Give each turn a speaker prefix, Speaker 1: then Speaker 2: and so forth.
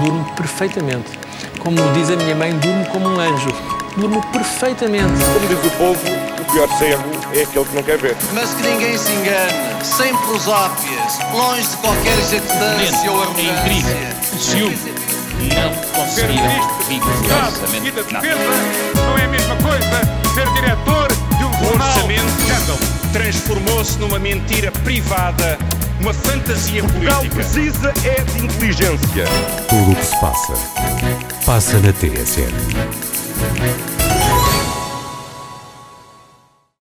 Speaker 1: Durmo perfeitamente. Como diz a minha mãe, durmo como um anjo. Durmo perfeitamente.
Speaker 2: Como diz o povo, o pior cego é aquele que não quer ver.
Speaker 3: Mas que ninguém se engane, sem prosápias, longe de qualquer jactância ou
Speaker 4: É incrível.
Speaker 3: arrogância.
Speaker 4: Ciúme. Não
Speaker 5: Ser
Speaker 4: conseguiram
Speaker 5: ministro
Speaker 4: ouvir
Speaker 5: do Estado e da
Speaker 4: rigorosamente nada.
Speaker 5: Defesa não é a mesma coisa ser diretor de um
Speaker 6: O
Speaker 5: jornal.
Speaker 6: orçamento transformou-se numa mentira privada, uma fantasia
Speaker 5: Portugal
Speaker 6: política.
Speaker 5: precisa é de inteligência.
Speaker 7: Tudo o que se passa, passa na TSF.